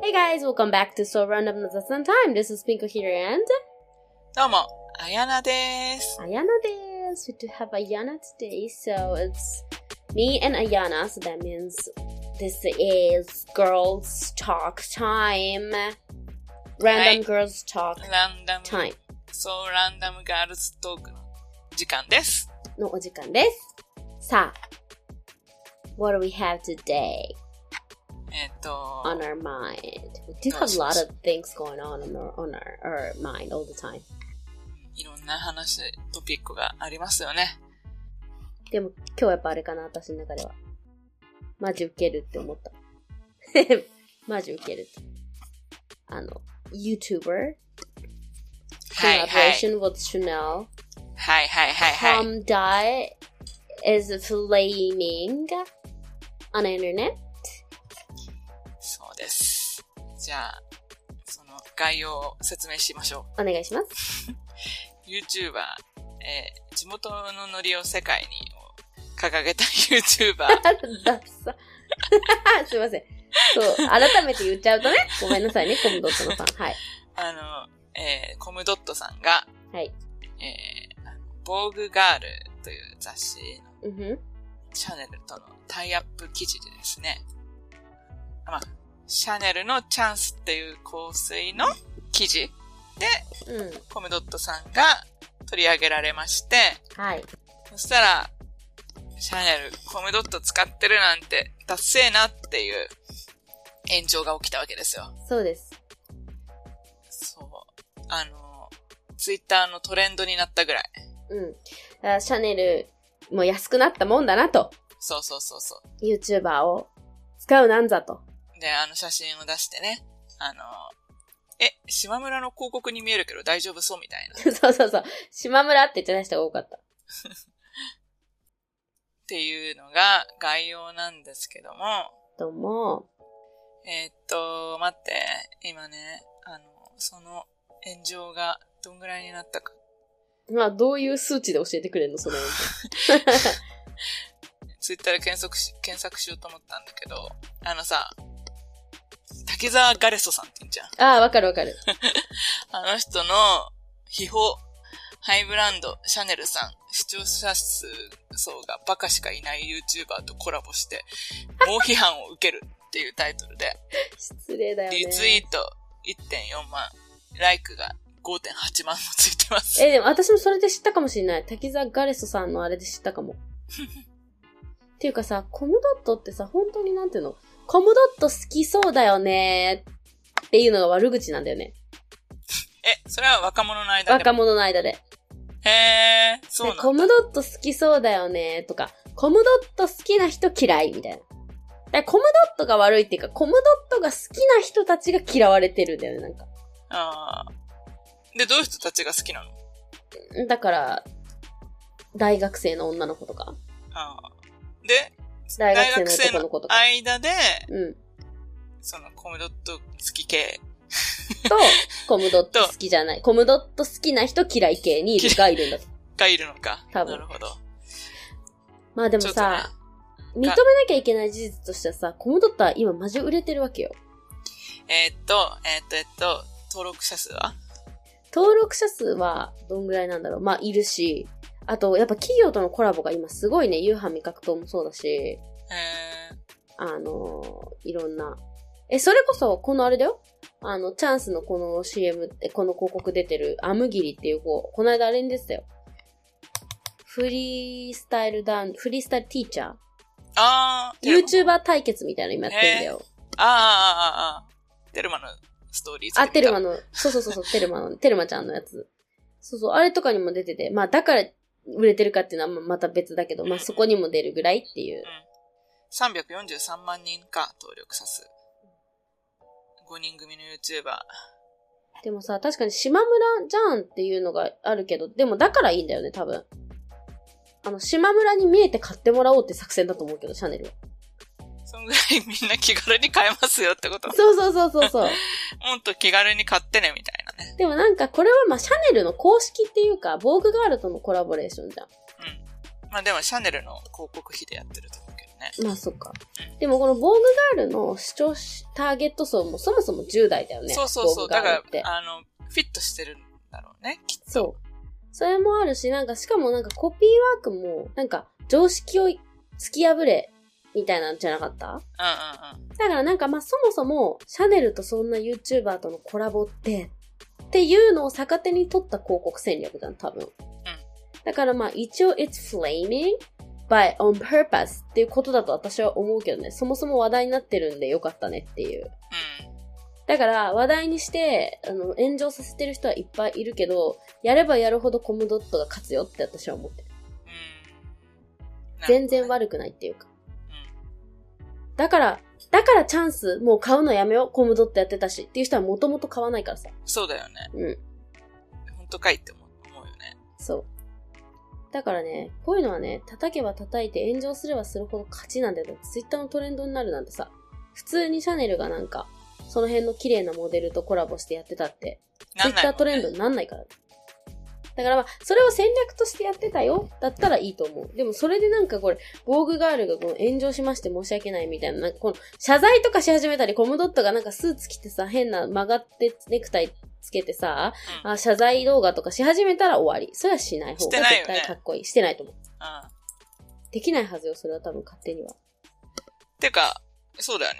Hey guys, welcome back to So Random the Sun Time. This is Pinko here and どうも、あやなです。 Ayana this. We do have Ayana today, so it's me and Ayana, so that means this is girls talk time. Random Hi. girls talk ランダム、 time そうランダムガールズトークの時間です。のお時間です。さあ、what do we have today えっ、と、 on our mind? We do have a lot of things going on on our, on our, our mind all the time. いろんな話、トピックがありますよね。でも今日はやっぱあれかな、私の中では。マジウケるって思った。 マジウケるって。あの、YouTuber はいはい。 collaboration with Chanel. はいはいはいはい。 Tom Dot is flaming on the internet. そうです。じゃあ、その概要を説明しましょお願いします。う。YouTuber、えー地元のノリを世界にを掲げた YouTuber ダッサ。 すいません。そう、改めて言っちゃうとね。ごめんなさいね、コムドットのさん。はい。あの、えーコムドットさんが、はい。えー、あのボーグガールという雑誌のうんふん。シャネルとのタイアップ記事でですね、まあ、シャネルのチャンスっていう香水の記事で、うん。コムドットさんが取り上げられまして、はい。そしたら、シャネル、コムドット使ってるなんて、ダッセーなっていう炎上が起きたわけですよ。そうです。そう。あの、ツイッターのトレンドになったぐらい。うん。あシャネルも安くなったもんだなと。そうそうそうそう。 YouTuber を使うなんざと。 で、あの写真を出してね、あの、え、島村の広告に見えるけど大丈夫そうみたいな。っそうそうそう。島村って言ってない人が多かった。ていうのが概要なんですけども、どうも。えーっと、待って、今ね、あの、その炎上がどんぐらいになったか。まあ、どういう数値で教えてくれるのそ のツイッターで検索し、検索しようと思ったんだけど、あのさ、滝沢ガレソさんって言うんじゃん。ああ、わかるわかる。あの人の秘宝、ハイブランド、シャネルさん、視聴者数層がバカしかいない YouTuber とコラボして、猛批判を受けるっていうタイトルで、失礼だよね。リツイート1.4万、ライクが5.8万もついてます。え、でも私もそれで知ったかもしれない。滝沢ガレソさんのあれで知ったかも。っていうかさ、コムドットってさ、本当になんていうのコムドット好きそうだよねっていうのが悪口なんだよね。え、それは若者の間で若。者の間で。へー、そうでなコの。ムドット好きそうだよねとか、コムドット好きな人嫌いみたいな。だからコムドットが悪いっていうか、コムドットが好きな人たちが嫌われてるんだよね、なんか。あーで、どういう人たちが好きなのだから、大学生の女の子とか、あーで、大大学学生生の男のの子とか。間で、うん。そのコムドット好き系と、コムドット好きじ ゃない。コムドット好きな人嫌い系にいるがいるんだと。がいるのか。多分なるほど。まあでもちょっとねさ、認めなきゃいけない事実としてはさ、コムドットは今マジ売れてるわけよ。えーっと、えーっと、えーっと、登録者数は登録者数はどんぐらいなんだろうまあ、いるし、あと、やっぱ企業とのコラボが今すごいね、夕飯味覚糖もそうだし、えー、あのーいろんな。え、それこそ、このあれだよあの、チャンスのこの CM って、この広告出てる、アムギリっていう子、この間あれに出てたよ。フリースタイルダン、フリースタイルティーチャーあー、テルマ ?YouTuber 対決みたいなの今やってんだよ。あー、あー、あー、あー、テルマのストーリーズあ、テルマの。の、そうそうそうそう、テルマの、テルマちゃんのやつ。そうそう、あれとかにも出てて、まあだから売れてるかっていうのはまあまた別だけど、まあそこにも出るぐらいっていう。 343万人か、登録者数。5人組の YouTuber。でもさ、確かに島村じゃんっていうのがあるけど、でもだからいいんだよね、多分。あの、島村に見えて買ってもらおうって作戦だと思うけど、シャネルは。そんぐらいみんな気軽に買えますよってこと。もそうそうそうそうそう。っと気軽に買ってね、みたいなね。でもなんかこれはまあシャネルの公式っていうか、ボーグガールとのコラボレーションじゃん。うん。まあでも、シャネルの広告費でやってると思うけどね。ね。まあそっか。でもこのボーグガールの視聴し、ターゲット層もそもそも10代だよね。そうそうそボーう。だグガールかってら、あの、フィットしてるんだろうね。きっとそう。それもあるし、なんかしかもなんかコピーワークも、なんか常識を突き破れ、みたいなんじゃなかったうんうんうん。だからなんかまあそもそも、シャネルとそんな YouTuber とのコラボって、っていうのを逆手に取った広告戦略じゃん、多分。だからまあ一応、it's flaming by on purpose っていうことだと私は思うけどね、そもそも話題になってるんでよかったねっていう。うん。だから話題にして、あの、炎上させてる人はいっぱいいるけど、やればやるほどコムドットが勝つよって私は思ってる。うん。全然悪悪くないっていうか。だから、だからチャンス、もう買うのやめよう、コムドットやってたしっていう人はもともと買わないからさ。そうだよね。うん。本当かいって思う思うよね。そう。だからね、こういうのはね、叩けば叩いて炎上すればするほど勝ちなんだよね。ツイッターのトレンドになるなんてさ、普通にシャネルがなんか、その辺の綺麗なモデルとコラボしてやってたって、ツなイんッないターもんねトレンドになんないからね。だからまあ、それを戦略としてやってたよだったらいいと思う。でもそれでなんかこれ、ボーグガールがこの炎上しまして申し訳ないみたいな、なんかこの、謝罪とかし始めたり、コムドットがなんかスーツ着てさ、変な曲がってネクタイつけてさ、うんあ謝罪動画とかし始めたら終わり。それはしない方がして絶ないよ対ねかっこいい。してないと思う。うん。っできないはずよ、それは多分勝手には。てか、そうだよね。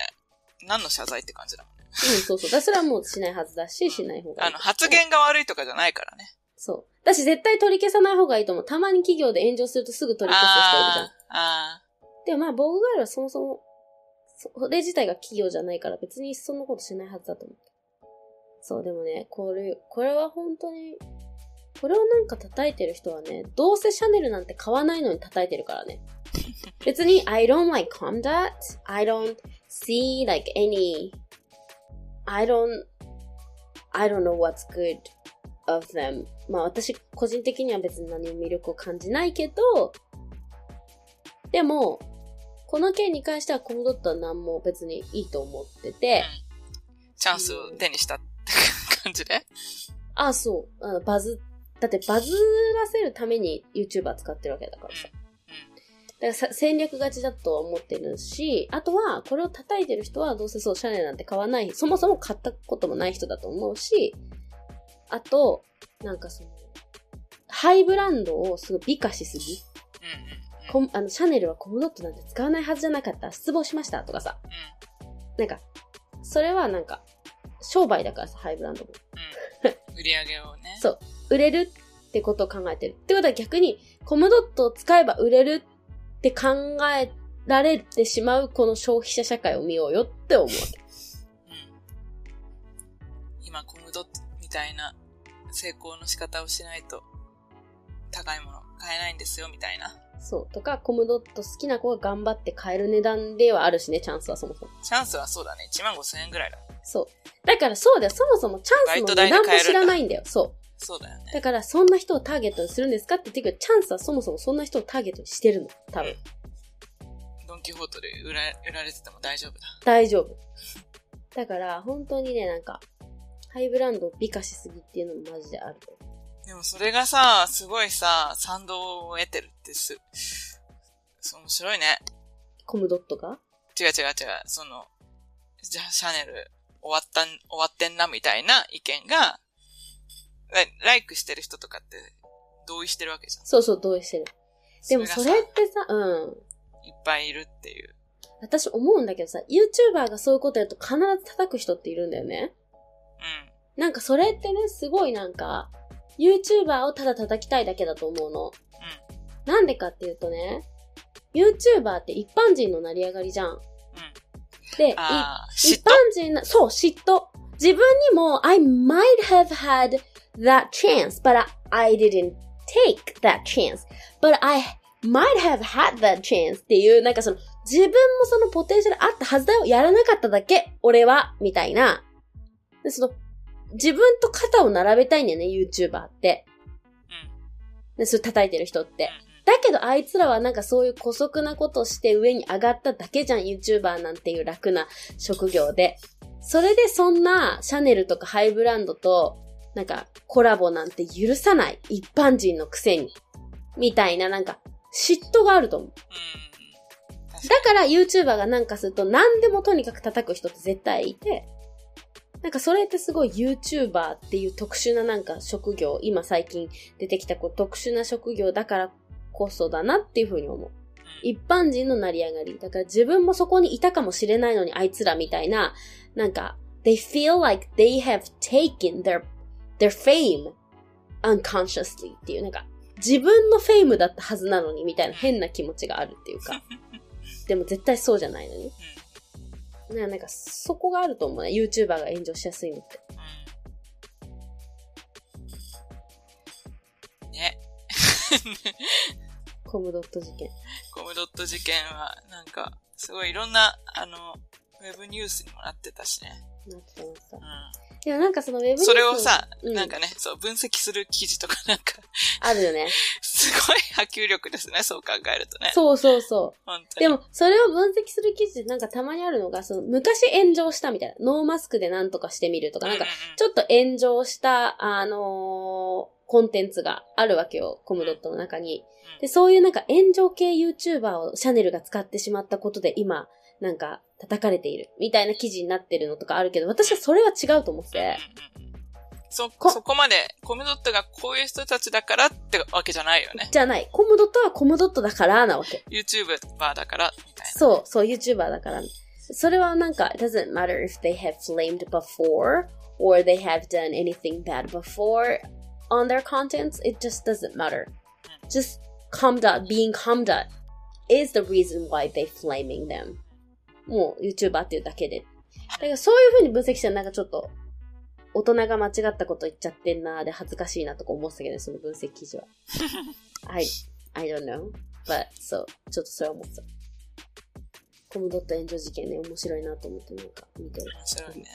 何の謝罪って感じだもんね。うん、そうそう。だからそれはもうしないはずだし、しない方がいあい。の、発言が悪いとかじゃないからね。そう。だし絶対取り消さない方がいいと思う。たまに企業で炎上するとすぐ取り消す人いるじゃんあ。あでもまあ、ボーグガールはそもそも、それ自体が企業じゃないから別にそんなことしないはずだと思う。そう、でもね、これ、これは本当に、これをなんか叩いてる人はね、どうせシャネルなんて買わないのに叩いてるからね。別に、I don't like conduct, I don't see like any, I don't, I don't know what's good of them. まあ私個人的には別に何も魅力を感じないけど、でも、この件に関してはコムドットは何も別にいいと思ってて、あ、チャンスを手にしたって感じで。あ、そう、あのバズ、だってバズらせるために YouTuber 使ってるわけだからさ。だからさ戦略勝ちだとは思ってるし、あとは、これを叩いてる人はどうせそう、シャネルなんて買わない、そもそも買ったこともない人だと思うし、あと、なんかその、ハイブランドをすごい美化しすぎ。うんうんうん。コムあの、シャネルはコムドットなんて使わないはずじゃなかった。失望しました。とかさ。なんか、それはなんか、商売だからさ、ハイブランドも。 うん。売り上げをね。そう。売れるってことを考えてる。ってことは逆に、コムドットを使えば売れるって考えられてしまう、この消費者社会を見ようよって思うわけ。うん。今、コムドットみたいな成功の仕方をしないと、高いもの買えないんですよ、みたいな。そう。とか、コムドット好きな子が頑張って買える値段ではあるしね、チャンスはそもそも。チャンスはそうだね。1万5千円ぐらいだ。そう。だからそうだよ。そもそもチャンスの値段も知らないんだよ。そう。そうだよね。だから、そんな人をターゲットにするんですかって言ってくるチャンスはそもそもそんな人をターゲットにしてるの。多分。ドンキホートで売ら売られてても大丈夫だ。大丈夫。だから、本当にね、なんか、ハイブランドを美化しすぎっていうのもマジであると思でもそれがさ、すごいさ、賛同を得てるってす、そう面白いね。う。コムドットが違う違う違う。その、じゃあシャネル終わったん、終わってんなみたいな意見が、ラライクしてる人とかって同意してるわけじゃん。そうそう、同意してる。でも、そがれっさてさ、うん。いっぱいいるっていう。私思うんだけどさ、YouTuber がそういうことやると必ず叩く人っているんだよね。うん。なんかそれってね、すごいなんか、YouTuber をただ叩きたいだけだと思うの。なんでかっていうとね、YouTuber って一般人の成り上がりじゃん。で、いああ、一嫉般人な、そう、嫉妬。自分にも、I might have had that chance, but I didn't take that chance. But I might have had that chance っていう、なんかその、自分もそのポテンシャルあったはずだよ。やらなかっただけ。俺は。みたいな。で、その、自分と肩を並べたいんだよね、YouTuber って。で、それ叩いてる人って。だけどあいつらはなんかそういう姑息なことして上に上がっただけじゃん、YouTuber なんていう楽な職業で。それでそんなシャネルとかハイブランドとなんかコラボなんて許さない。一般人のくせに。みたいななんか嫉妬があると思う。うん。うん。確だから YouTuber がなんかすると何でもとにかく叩く人って絶対いて、なんかそれってすごい YouTuber っていう特殊ななんか職業、今最近出てきたこう特殊な職業だからこそだなっていうふうに思う。一般人の成り上がり。だから自分もそこにいたかもしれないのにあいつらみたいな、なんか、they feel like they have taken their, their fame unconsciously っていう、なんか、自分のフェイムだったはずなのにみたいな変な気持ちがあるっていう か。でも絶対そうじゃないのに。だからなんか、そこがあると思うね。YouTuber が炎上しやすいのって。うんね。 コムドット事件。コムドット事件は、なんか、すごいいろんな、あの、ウェブニュースにもなってたしね。なってたなってたうでもなんかそのウェブニューん。スそれをさ、うんなんかね、そう、分析する記事とかなんか、 あるよね。すごい波及力ですね、そう考えるとね。そうそうそう。本当でに。も、それを分析する記事でなんかたまにあるのが、その昔炎上したみたいな。ノーマスクでなんとかしてみるとか、なんかう、ちょっと炎上した、あのーコンテンツがあるわけよ。コムドットの中に。うんで、そういうなんか炎上系 YouTuber をシャネルが使ってしまったことで今、なんか叩かれている。みたいな記事になってるのとかあるけど、私はそれは違うと思っうんうんて。うんうんそ、こそこまで、コムドットがこういう人たちだからってわけじゃないよね。じゃない。コムドットはコムドットだからなわけ。 YouTuber だから、みたいそう、そう、YouTuber だから。それはなんか、it doesn't matter if they have flamed before or they have done anything bad before on their contents. It just doesn't matter. Just calmed up, being calmed up is the reason why they flaming them. もう YouTuber っていうだけで。だからそういう風に分析したらなんかちょっと、大人が間違ったこと言っちゃってんなーで恥ずかしいなとか思ってたけどね、その分析記事 は。I, I don't know. But, so, ちょっとそれは思ってた。コムドット炎上事件ね、面白いなと思ってなんか見てる。な。面白いね。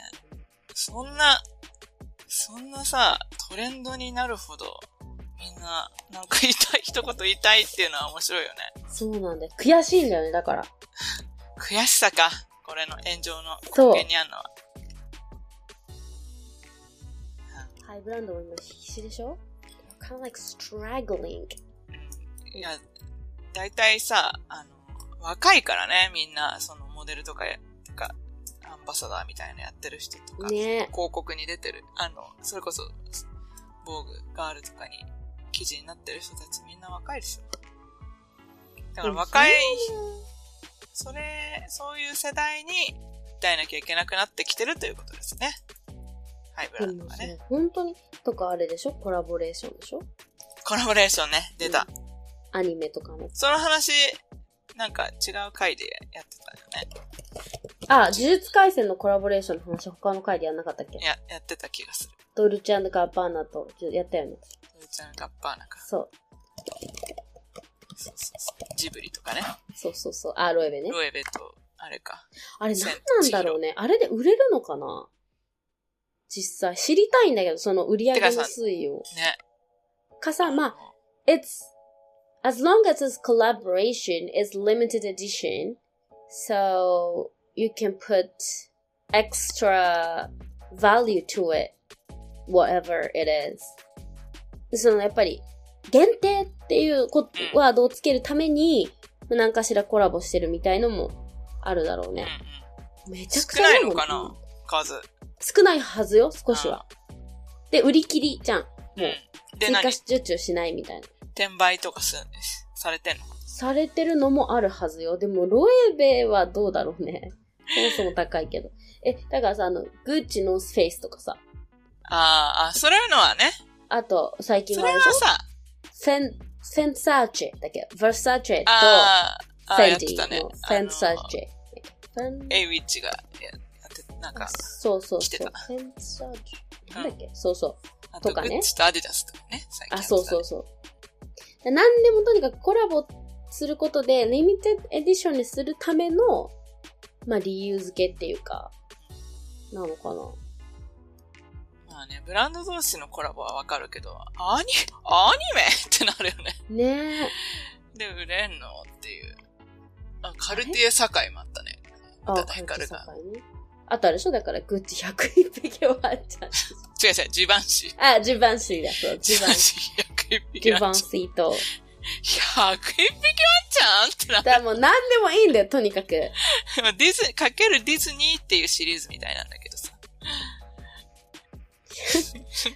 そんな、そんなさ、トレンドになるほど、みんな、なんか言いたい、一言言いたいっていうのは面白いよね。そうなんだよ。悔しいんだよね、だから。悔しさか。これの炎上のそう根源にあるのは。ハイブランドも今必死でしょ ?kind of like straggling. いや、大体さ、あの、若いからね、みんな、そのモデルとか、とか、アンバサダーみたいなやってる人とか、ね広告に出てる、あの、それこそ、防具ガールとかに記事になってる人たちみんな若いでしょ。だから若い、それ、そういう世代に訴えなきゃいけなくなってきてるということですね。ハイブでランドもがそね。れ本当に、とかあれでしょコラボレーションでしょコラボレーションね、出た。アニメとかの。その話、なんか違う回でやってたよね。あ、呪術廻戦のコラボレーションの話他の回でやんなかったっけや、やってた気がする。ドルチェガッバーナとやったよね。うちのガッパーなんか、そう。そうそうそうジブリとかね。そうそうそう。あ、ロエベね。ロエベと、あれか。あれ何なんだろうね。あれで売れるのかな実際。知りたいんだけど、その売り上げの推移を。ね。かさ、まあ、あ it's as long as it's collaboration is limited edition so you can put extra value to it whatever it is そのやっぱり限定っていうこうんワードをつけるために何かしらコラボしてるみたいのもあるだろうのねうんう、めん。ちゃくちゃ少なだいもんのかな数。少ないはずよ少しはで売り切りじゃんうんもう。で、追加何受注しないみたいな転売とかす、されてんのされてるのもあるはずよ。でも、ロエベはどうだろうね。 そもそも高いけど。え、だからさ、あの、グッチノースフェイスとかさ、あーあ、そういうのはね。あと、最近そはあれれはでしょさ、フェン、フェンサーチェだっけヴァサーチェとあーあフー、ェやンっデてたねィの。フェンサーチェ。フェンあのエイウィッチがややって、なんか、そうそう来てそたう。フェンサーチェ。うんなんだっけそうそう。あとと、グかねッチとアディダスとかね、最近。あ、そうそう。そう。何でもとにかくコラボすることで、リミテッドエディションにするための、まあ理由付けっていうか、なのかな。まあね、ブランド同士のコラボはわかるけど、アニ、アニメってなるよね。 ねえ。で、売れんのっていう。あ、カルティエ堺もあったね。あ、だカったルヒカテル境がね。あとあれでしょだから、グッチ101匹終わっちゃう。違う違う、ジバンシー。あ、ジュバンシーだ、そう、ジュバンシシー100ー。ジ匹ュバン100シーと、 101匹ワンちゃんってなだからもう何でもいいんだよ、とにかく。まあ ディズ、かけるディズニーっていうシリーズみたいなんだけどさ。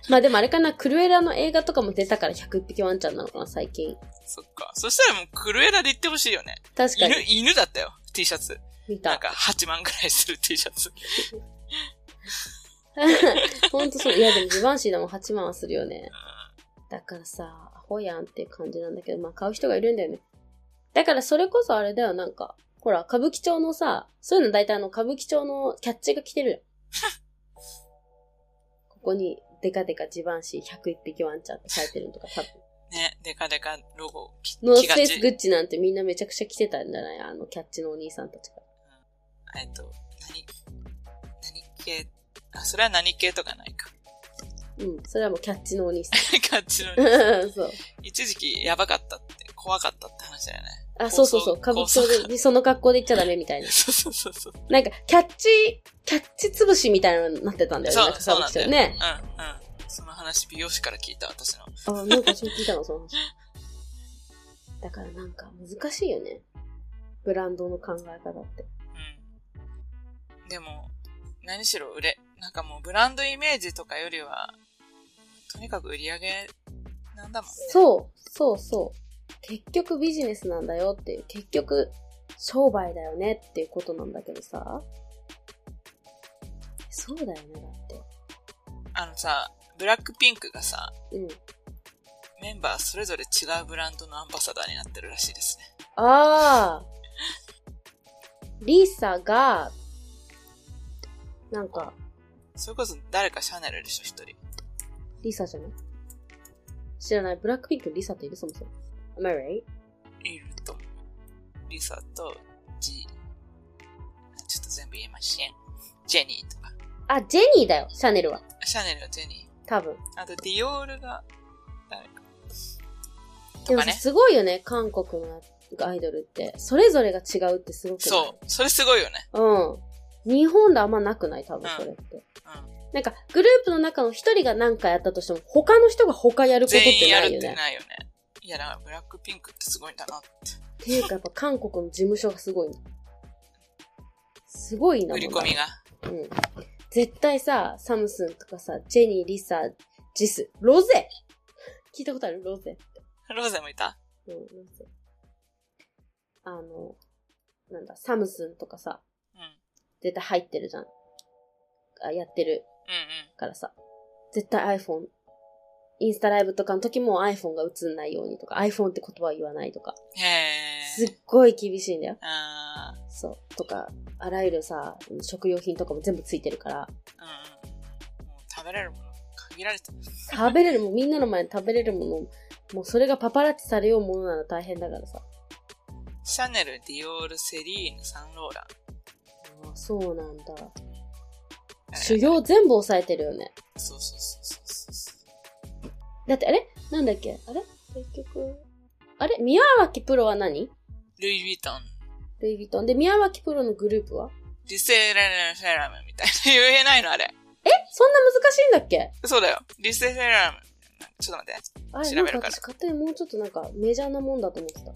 まあでもあれかな、クルエラの映画とかも出たから101匹ワンちゃんなのかな、最近。そっか。そしたらもうクルエラで言ってほしいよね。確か犬に。、犬だったよ。T シャツ。見なた。んか8万くらいする T シャツ。ほんとそう。いやでもジバンシーでも8万はするよね。だからさ、アホやんって感じなんだけど、まあ買う人がいるんだよね。だからそれこそあれだよ、なんか。ほら、歌舞伎町のさ、そういうの大体あの歌舞伎町のキャッチが来てるじゃん。 ここに、デカデカジバンシー101匹ワンちゃんって書いてるのとか多分。ね、デカデカロゴきノー着スがフェイスち。グッチなんてみんなめちゃくちゃ着てたんじゃないあのキャッチのお兄さんたちが。えっと、何何系あ、それは何系とかないか。 うん、それはもうキャッチのお兄さ感じの。 ん。 そう。一時期やばかったって、怖かったって話だよね。あ、そうそうそう。歌舞伎町で、その格好で行っちゃダメみ たいな。そうそうそうそう。なんか、キャッチ、キャッチ潰しみたいなのになってたんだよね。そうなんか歌舞伎そう町なんだね。うん、うん。その話美容師から聞いた、私の。あ、なんかそう聞いたの、その話。だからなんか難しいよね。ブランドの考え方って。うん。でも、何しろ売れ、なんかもうブランドイメージとかよりは、とにかく売り上げなんだもんね。そう、そうそう。結局ビジネスなんだよっていう、結局商売だよねっていうことなんだけどさ。そうだよね、だって。あのさ、ブラックピンクがさ、うん。メンバーそれぞれ違うブランドのアンバサダーになってるらしいですね。ああ。リサが、なんか、それこそ誰かシャネルでしょ、一人。リサじゃない知らない。ブラックピンクにリサっているそもそも。Am I right? いると思う。リサと、ジちょっと全部言えません。ジェニーとか。あ、ジェニーだよ、シャネルは。シャネルはジェニ多分。ー。あと、ディオールが、誰か。でともさかね。すごいよね、韓国のアイドルって。それぞれが違うってすごくないそう。それすごいよね。うん。日本であんまなくない多分うんそれって。うん。なんか、グループの中の一人が何かやったとしても、他の人が他やることっ全員てやなるっいよてね。ないよね。いや、だからブラックピンクってすごいんだなって。っていうか、やっぱ韓国の事務所がすごいね。すごいな。売り込みが。うん。絶対さ、サムスンとかさ、ジェニー、リサ、ジス、ロゼ聞いたことあるロゼ。ローゼもいたうん、ロゼ。あの、なんだ、サムスンとかさ、うん。うんうん。絶対入ってるじゃん。あやってるからさ。絶対 iPhone。インスタライブとかの時も iPhone が映んないようにとか、iPhone って言葉は言わないとか。へすー。っごい厳しいんだよ。あそう。とか、あらゆるさ、食料品とかも全部ついてるから、ー。うんうん。もう食べれるもの限られてる。食べれるもん、みんなの前で食べれるもの、もうそれがパパラッチされようものなら大変だからさ。シャネル、ディオール、セリーヌ、サンローラああ、そうなんだ。ン。修行全部抑えてるよね。そうそうそうそうそう。だってあれなんだっけあれ結局。あれ宮脇プロは何ルイ・ヴィトン、ルイ・ヴィトン。で、宮脇プロのグループはリセラル・フェラムみたいな。言えないのあれ。えそんな難しいんだっけそうだよ。リセフェラム。ちょっと待って。あれ、な調んかべるから私勝手にもうちょっとなんかメジャーなもんだと思ってた。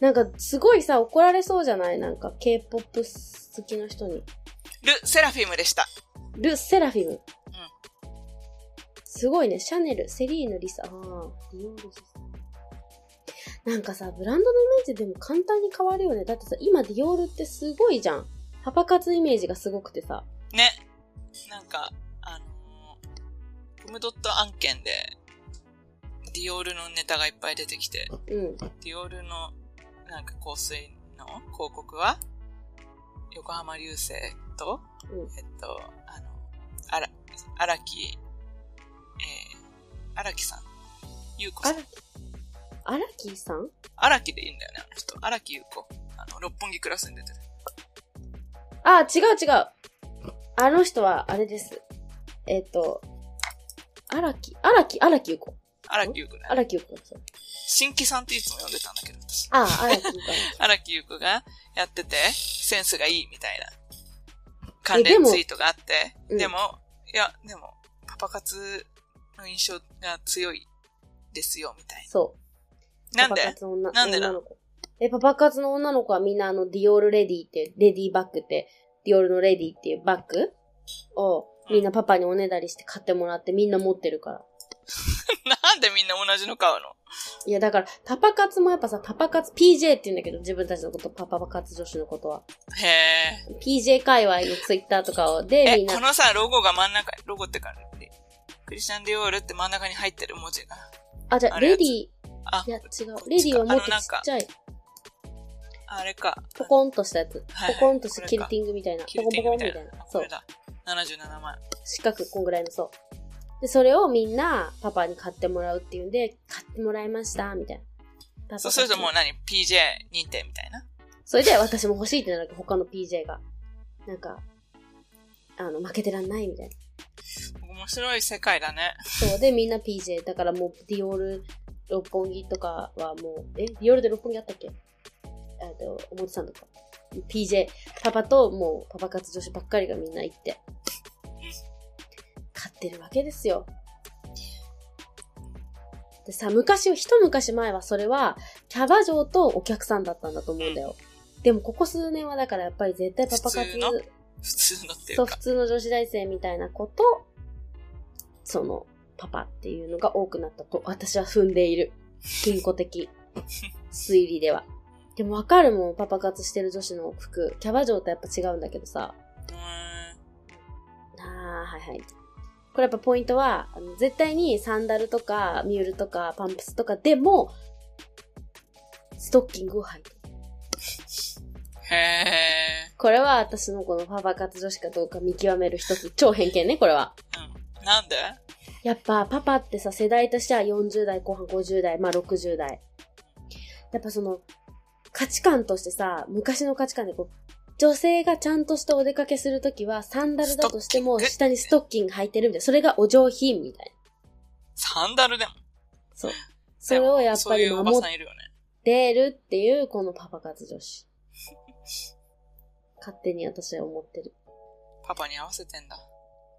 なんかすごいさ、怒られそうじゃないなんか K-POP 好きの人に。ル・セラフィムでした。ル・セラフィム。すごいね。シャネル、セリーヌ、リサ。ああ、リオールジスなんかさ、ブランドのイメージでも簡単に変わるよね。だってさ、今ディオールってすごいじゃん。パパ活イメージがすごくてさ。ね。なんか、あのー、コムドット案件で、ディオールのネタがいっぱい出てきて、うん。ディオールの、なんか香水の広告は、横浜流星と、うんえっと、あの、あら、荒木、えー、荒木さん、ゆうこさん。荒木さん荒木でいいんだよね、あの人。荒木ゆうこ。あの、六本木クラスに出てる。ああ、違う違う。あの人は、あれです。えっ、と、荒木、荒木、荒木ゆう子。荒木ゆうこね。荒木ゆう子。そう新規さんっていつも呼んでたんだけど、私。あ あ、荒木ゆう子。荒木優子がやってて、センスがいいみたいな関連ツイートがあって、うんでも、いや、でも、パパ活の印象が強いですよ、みたいそう。なんでパパ活の女なんでだ女の子え、パパ活の女の子はみんなあの、ディオールレディって、レディバッグって、ディオールのレディっていうバッグを、みんなパパにおねだりして買ってもらってみんな持ってるから。なんでみんな同じの買うのいや、だから、パパ活もやっぱさ、パパ活、PJ って言うんだけど、自分たちのこと、パパ活女子のことは。へ PJ 界隈のツイッターとかをで、え。みえ、んなこ、のさ、ロゴが真ん中、ロゴってか、クリスチャン・ディオールって真ん中に入ってる文字が。あ、じゃあ、あれレやデつィ、いあ、や、違う。レディはもっとちっちゃい、あれか。ポコンとしたやつ。はいはいポコンとしたこれかキルティングみたいな。キポルコンティポングコンみみたたいいなな。。そこうれ。だ。77万。四角こんぐらいのそう。で、それをみんなパパに買ってもらうっていうんで、買ってもらいました、みたいな。パパそうするともう何 ?PJ 認定みたいな。それで私も欲しいってなるけど、他の PJ が。なんか、あの、負けてらんないみたいな。面白い世界だね。そうで、みんな PJ。だからもう、ディオール、六本木とかはもう、え、ディオールで六本木あったっけえっと、おもちさんとか。PJ、パパともう、パパ活女子ばっかりがみんな行って。買ってるわけですよ。でさ、昔、一昔前はそれは、キャバ嬢とお客さんだったんだと思うんだよ。でも、ここ数年はだからやっぱり絶対パパ活普通の普通のっていそう、う普か。通の女子大生みたいなこと、その、パパっていうのが多くなったと、私は踏んでいる。金庫的。推理では。でもわかるもん、パパ活してる女子の服。キャバ嬢とやっぱ違うんだけどさ。うーん。あー、はいはい。これやっぱポイントは、あの絶対にサンダルとか、ミュールとか、パンプスとかでも、ストッキングを履いてる。へこれは私のこのパパ活女子かどうか見極める一つ、超偏見ね、これは。ー。うん。なんでやっぱパパってさ、世代としては40代後半50代、まあ60代。やっぱその、価値観としてさ、昔の価値観でこう、女性がちゃんとしたお出かけするときは、サンダルだとしても、スト下ッキングにストッキング履いてるみたいな。それがお上品みたいな。サンダルでも。そう。それをやっぱりでもそういう守おっばさんいるよね。てるっていう、このパパ活女子。勝手に私は思ってる。パパに合わせてんだ。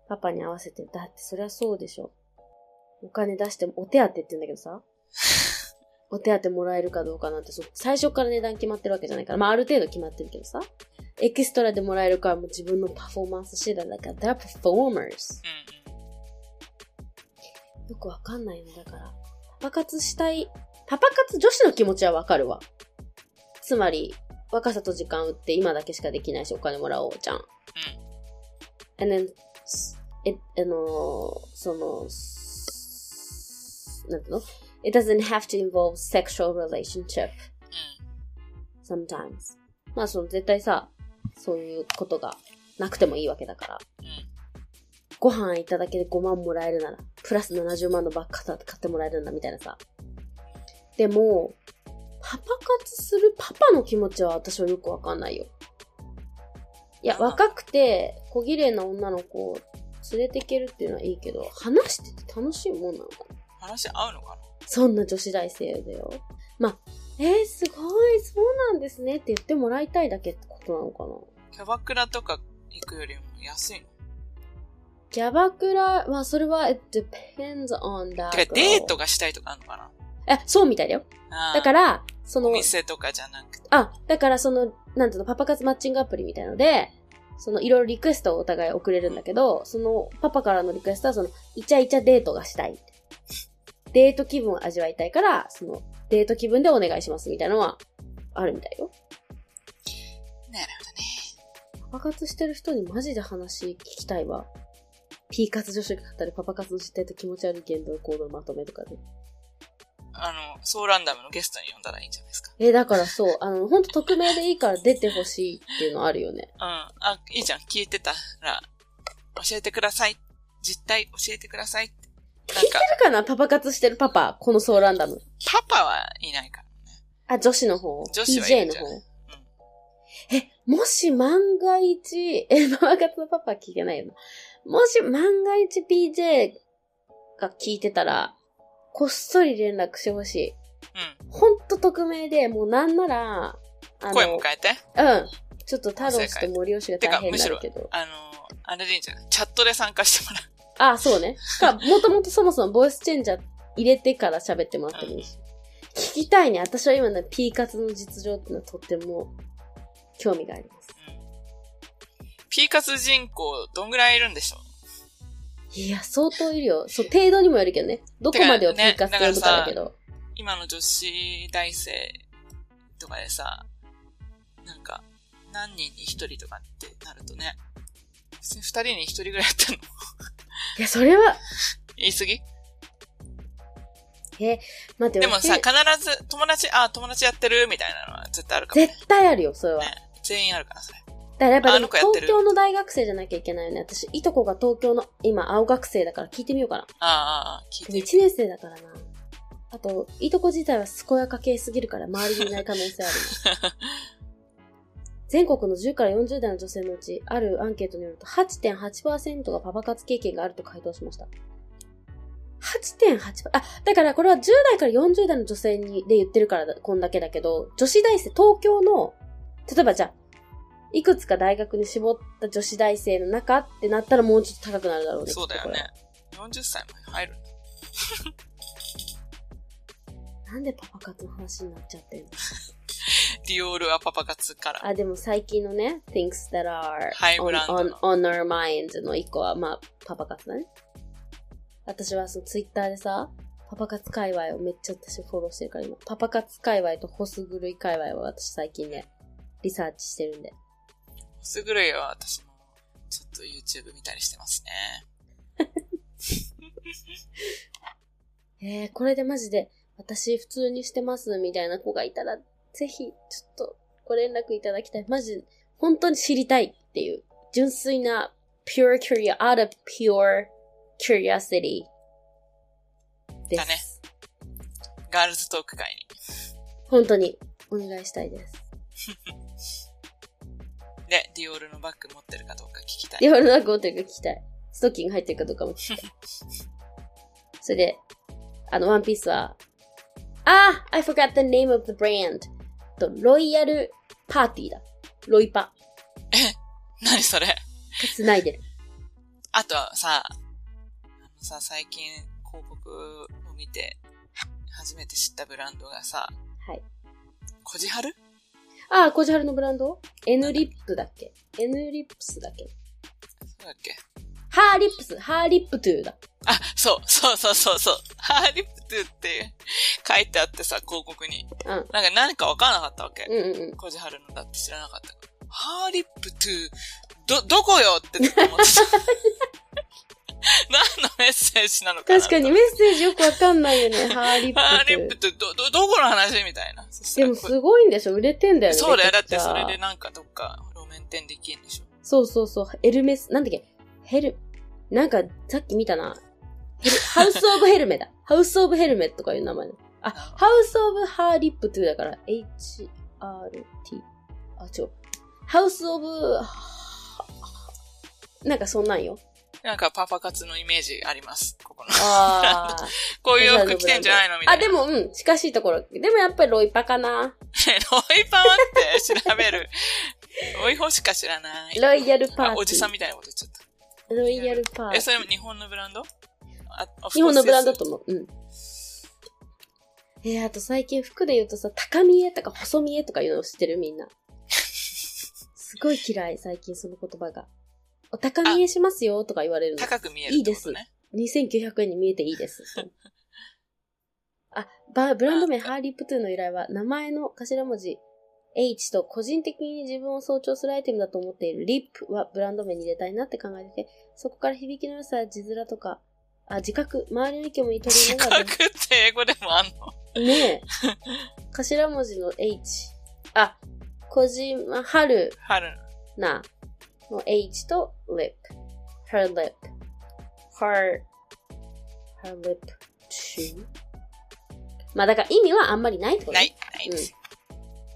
パパに合わせて、だってそりゃそうでしょ。お金出しても、お手当てって言うんだけどさ。お手当てもらえるかどうかなんて、そう最初から値段決まってるわけじゃないから、まあある程度決まってるけどさ。エキストラでもらえるかはもう自分のパフォーマンス次第だから、they're performers。うんうん。よくわかんないのだから。パパ活したい。パパ活女子の気持ちはわかるわ。つまり、若さと時間売って今だけしかできないし、お金もらおうじゃん。And then, s- it, あのーその、s- なんていうの ?It doesn't have to involve sexual relationship う sometimes. まあその絶対さ、そういうことがなくてもいいわけだから。ん。うん。ご飯いただけで5万もらえるなら、プラス70万のバッグ買ってもらえるんだみたいなさ。でも、パパ活するパパの気持ちは私はよくわかんないよ。いや、うん若くて小綺麗な女の子を連れてけるっていうのはいいけど、話してて楽しいもんなのかな話合うのかなそんな女子大生だよ。まあ、えー、すごい、そうなんですねって言ってもらいたいだけってことなのかなキャバクラとか行くよりも安いの。キャバクラ、まあそれは、it depends on that てか girl デートがしたいとかあるのかえ、そうみたいだよ。な、だからら、そのお、店とかじゃなくて。あ、だからその、なんていうの、パパ活マッチングアプリみたいので、その、いろいろリクエストをお互い送れるんだけど、その、パパからのリクエストは、その、イチャイチャデートがしたい。デート気分を味わいたいから、その、デート気分でお願いしますみたいなのは、あるみたいよ。なるパパ活してる人にマジで話聞きたいわ。ピー活女子が語るパパ活の実態と気持ち悪い言動行動のまとめとかで。ほど。あの、ソーランダムのゲストに呼んだらいいんじゃないですか。え、だからそう、あの、ほんと匿名でいいから出てほしいっていうのあるよね。うん。あ、いいじゃん。聞いてたら、教えてください。実態教えてくださいって。なんか、いるかなパパ活してるパパ、このソーランダム。パパはいないから。あ、女子の方。女子は PJ いるんのじゃ方ない。え、もし万が一、え、ママ活のパパは聞いてないよな。もし万が一 PJ が聞いてたら、こっそり連絡してほしい。ほんと匿名で、もうなんなら、あうん。声も変えて。うん。ちょっと太郎氏と森吉が大変になるけど。あの、あれでいいんじゃないチャットで参加してもらう。あ、そうね。か、もともとそもそもボイスチェンジャー入れてから喋ってもらってもいいし。聞きたいね。私は今の P 活の実情っていうのはとっても興味があります。ピーカス人口、どんぐらいいるんでしょいや、相当いるよ。そう、程度にもよるけどね。どこまでをて P かね活って呼ぶかだけど。う今の女子大生とかでさ、なんか、何人に一人とかってなるとね、普通に二人に一人ぐらいやったのいや、それは、言い過ぎえ、待ってでよもさ、必ず友達、あ、友達やってるみたいなのは絶対あるかも、ね。絶対あるよ、それは。ね全員あるから、それ。だからやっぱであもあの子やってる東京の大学生じゃなきゃいけないよね。私、いとこが東京の、今、青学生だから聞いてみようかな。あーあー、あー聞いてでもみる。 1年生だからな。あと、いとこ自体は健やか系すぎるから周りにいない可能性ある な全国の10から40代の女性のうち、あるアンケートによると8.8%がパパ活経験があると回答しました。8.8%? あ、だからこれは10代から40代の女性にで言ってるからだこんだけだけど、女子大生、東京の、例えばじゃあ、いくつか大学に絞った女子大生の中ってなったらもうちょっと高くなるだろうね。そうだきっとよこれね。40歳まで入るんだ。なんでパパ活の話になっちゃってんのディオールはパパ活から。あ、でも最近のね、things that are ハイブ on, ランド on, の on our minds の一個は、まあ、パパ活だね。私はそのツイッターでさ、パパ活界隈をめっちゃ私フォローしてるから今。パパ活界隈とホス狂い界隈は私最近ね、リサーチしてるんで。すぐるいは私も、ちょっと YouTube 見たりしてますね。えー、これでマジで、私普通にしてますみたいな子がいたら、ぜひ、ちょっとご連絡いただきたい。マジ、本当に知りたいっていう。純粋な、pure curiosity, out of pure curiosity です。だねガールズトーク会本当に、お願いしたいです。に。で、ディオールのバッグ持ってるかどうか聞きたい。で、俺なんかというか聞きたい。ストッキング入ってるかどうかも聞きたい。それで、あの、ワンピースは、あー !I forgot the name of the brand! と、ロイヤルパーティーだ。ロイパ。何それ繋いでる。あとはさ、あのさ、最近広告を見て、初めて知ったブランドがさ、はい。コジハルああ、コジハルのブランド ?N リップだっけ ?N リップスだっけそうだっけハーリップス、ハーリップトゥーだ。あ、そう、そうそうそうそう。ハーリプトゥって書いてあってさ、広告に。うんなんか何かわからなかったわけ。うんうんうん。コジハルのだって知らなかったから。ハーリップトゥー、ど、どこよってずっ と思ってた。何のメッセージなのかな確かにとメッセージよくわかんないよね。ハーリッハーリプットゥプー。トゥー、ど、ど、どこの話みたいな。そしたでらもこすごいんでしょ売れてんだよね。そうだよ。だめっちゃてくちゃそれでなんかどっか路面店できるんでしょ。そうそうそう。エルメス、なんだっけヘル、なんかさっき見たな。ヘルハウスオブヘルメだ。 ハウスオブヘルメとかいう名前だ。あ、ハウスオブハーリップトゥーだから、HRT。あ、違う。ハウスオブ、なんかそんなんよ。なんかパパ活のイメージあります。ここの。 ああ。こういう洋服着てんじゃないのみたいな。あ、でも、うん、近しいところ。でもやっぱりロイパかな。ロイパンって調 べる。ロイホしか知らない。ロイヤルパーティあー。おじさんみたいなこと言っちゃっロイヤルパーた。ティえ、ー。それも日本のブランドあ日本のブランド。あと思う。うん。えー、あと最近服で言うとさ、高見えとか細見えとかいうのを知ってる みんな。すごい嫌い、最近その言葉が。お高見えしますよとか言われるの。高く見えるってことね。 2900円に見えていいです。あ、ばブランド名ハーリップトゥーの由来は、名前の頭文字 H と個人的に自分を象徴するアイテムだと思っているリップはブランド名に入れたいなって考えてて、そこから響きの良さや字面とか、あ、自覚、周りの意見も取 り入れなが高くって英語でもあんのら、ねえ。頭文字の H。あ、小島春春。菜の H と lip。her lip. her, her lip to. まあだから意味はあんまりないってことなねい。。ないです。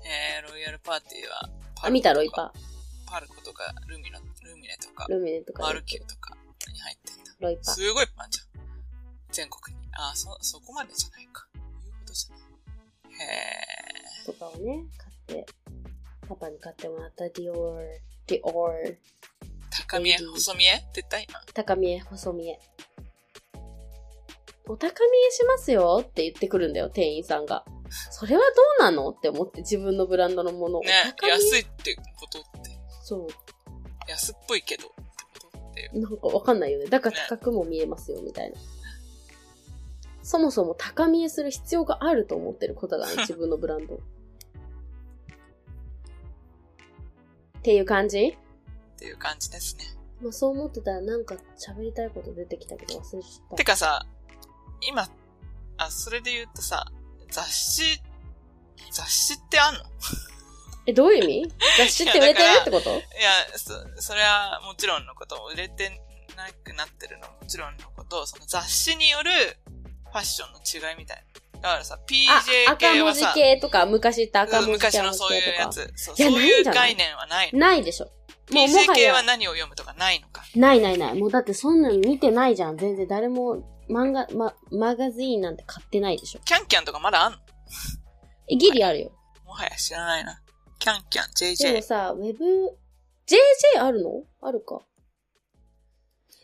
えー、ロイヤルパーティーは、あ、見たロイー。パパルコとか、ルミナ、ルミネとかー。、ルミネとかマねルキューとかに入ってんだ。ロイパー。すごいパンじゃん。全国に。あ、そ、そこまでじゃないか。いうことじゃない。へー。とかをね、買って、パパに買ってもらったディオール、ディオール、高見え、うん細見えって言った今。高見え、細見え。お高見えしますよって言ってくるんだよ、店員さんが。それはどうなのって思って自分のブランドのものを。ね、高い安いってことって、そう。安っぽいけどってことっていう。なんかわかんないよね。だから高くも見えますよ、みたいな。そもそも高見えする必要があると思ってること がね、自分のブランドを。っていう感じっていう感じですね。まあそう思ってたらなんか喋りたいこと出てきたけど忘れちゃってた。かさ、今、あ、それで言うとさ、雑誌、雑誌ってあんのいえ、どういう意味雑誌って売れてるってことや、そ、それはもちろんのこと、売れてなくなってるのももちろんのこと、その雑誌によるファッションの違いみたいな。だからさ、あ、 PJK 赤は文字さ、系とか、昔言った赤うん文字系昔とのそういうやか。つ、そういやそういないうんじゃない概念はないの。ないでしょ。もうもは PJK やは何を読むとかないのか。ないないない。もうだってそんなの見てないじゃん。全然誰も漫画、ま、マガジーンなんて買ってないでしょ。キャンキャンとかまだあんのえ、ギリあるよ。もはや知らないな。キャンキャン、でも JJ。さ、ウェブ、JJ あるのあるか。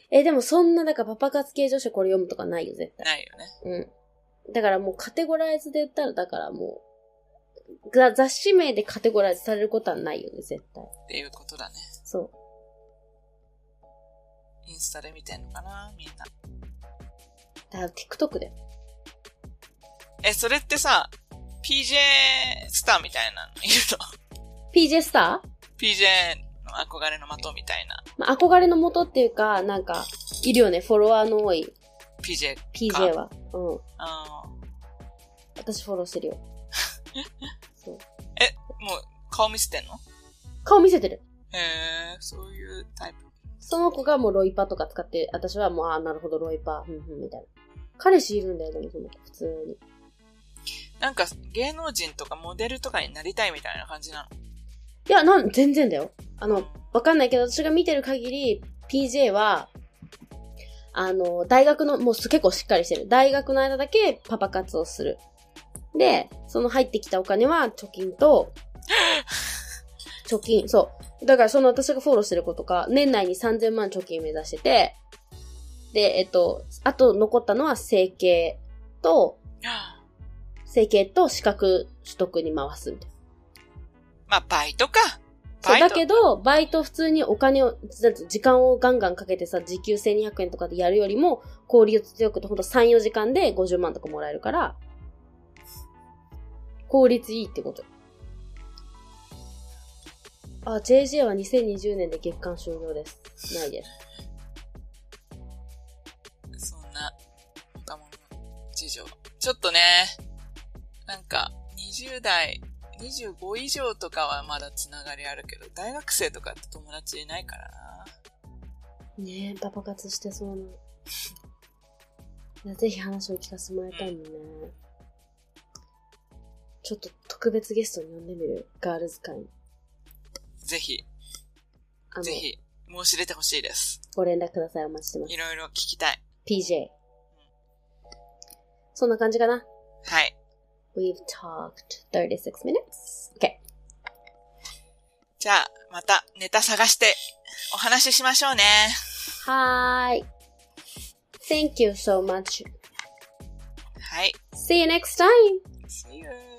え、でもそんな、だからパパ活系女子これ読むとかないよ、絶対。ないよね。うん。だからもうカテゴライズで言ったら、だからもう、ざ雑誌名でカテゴライズされることはないよね、絶対。っていうことだね。そう。インスタで見てんのかなみんな。だから TikTok で。え、それってさ、PJ スターみたいなのい るの PJ スター ?PJ の憧れの的みたいなまあ、憧れの元っていうか、なんか、いるよね、フォロワーの多い PJ。 PJ は。うん。あ私フォローしてるよ。 そうーもう顔見せてんの顔見せてる。へえ、そういうタイプ。その子がもうロイパとか使って、私はもう、ああ、なるほど、ロイパ、ふんふん、みたいな。彼氏いるんだよ、でもその子、普通に。なんか芸能人とかモデルとかになりたいみたいな感じないや、なん、全然だよ。あのの、わかんないけど、私が見てる限り、PJ は、あの、大学の、もうす結構しっかりしてる。大学の間だけパパ活をする。で、その入ってきたお金は貯金と、貯金、そう。だからその私がフォローしてる子とか、年内に3000万貯金目指してて、で、えっと、あと残ったのは整形と、整形と資格取得に回すみたいな。 まあ、バイトか。そバう、イト。だけど、バイト普通にお金を、なんて時間をガンガンかけてさ、時給1200円とかでやるよりも、効率よくて、ほんと3、4時間で50万とかもらえるから、効率いいってこと。あ、JJ は2020年で月間終了です。ないです。そんな、若者の事情。ちょっとね、なんか、20代、25以上とかはまだつながりあるけど、大学生とかって友達いないからな。ねえ、パパ活してそうな。いやぜひ話を聞かせてもらいたいもんね。ちょっと特別ゲストに呼んでみるガールズ会に。ぜひ、あのぜひ、申し出てほしいです。ご連絡ください。お待ちしてまいろいろ聞きたい。す。PJ。そんな感じかな。はい。 We've talked 36 minutes. Okay. じゃあ、またネタ探してお話ししましょうね。はーい。Thank you so much. はい。 See you next time! See you!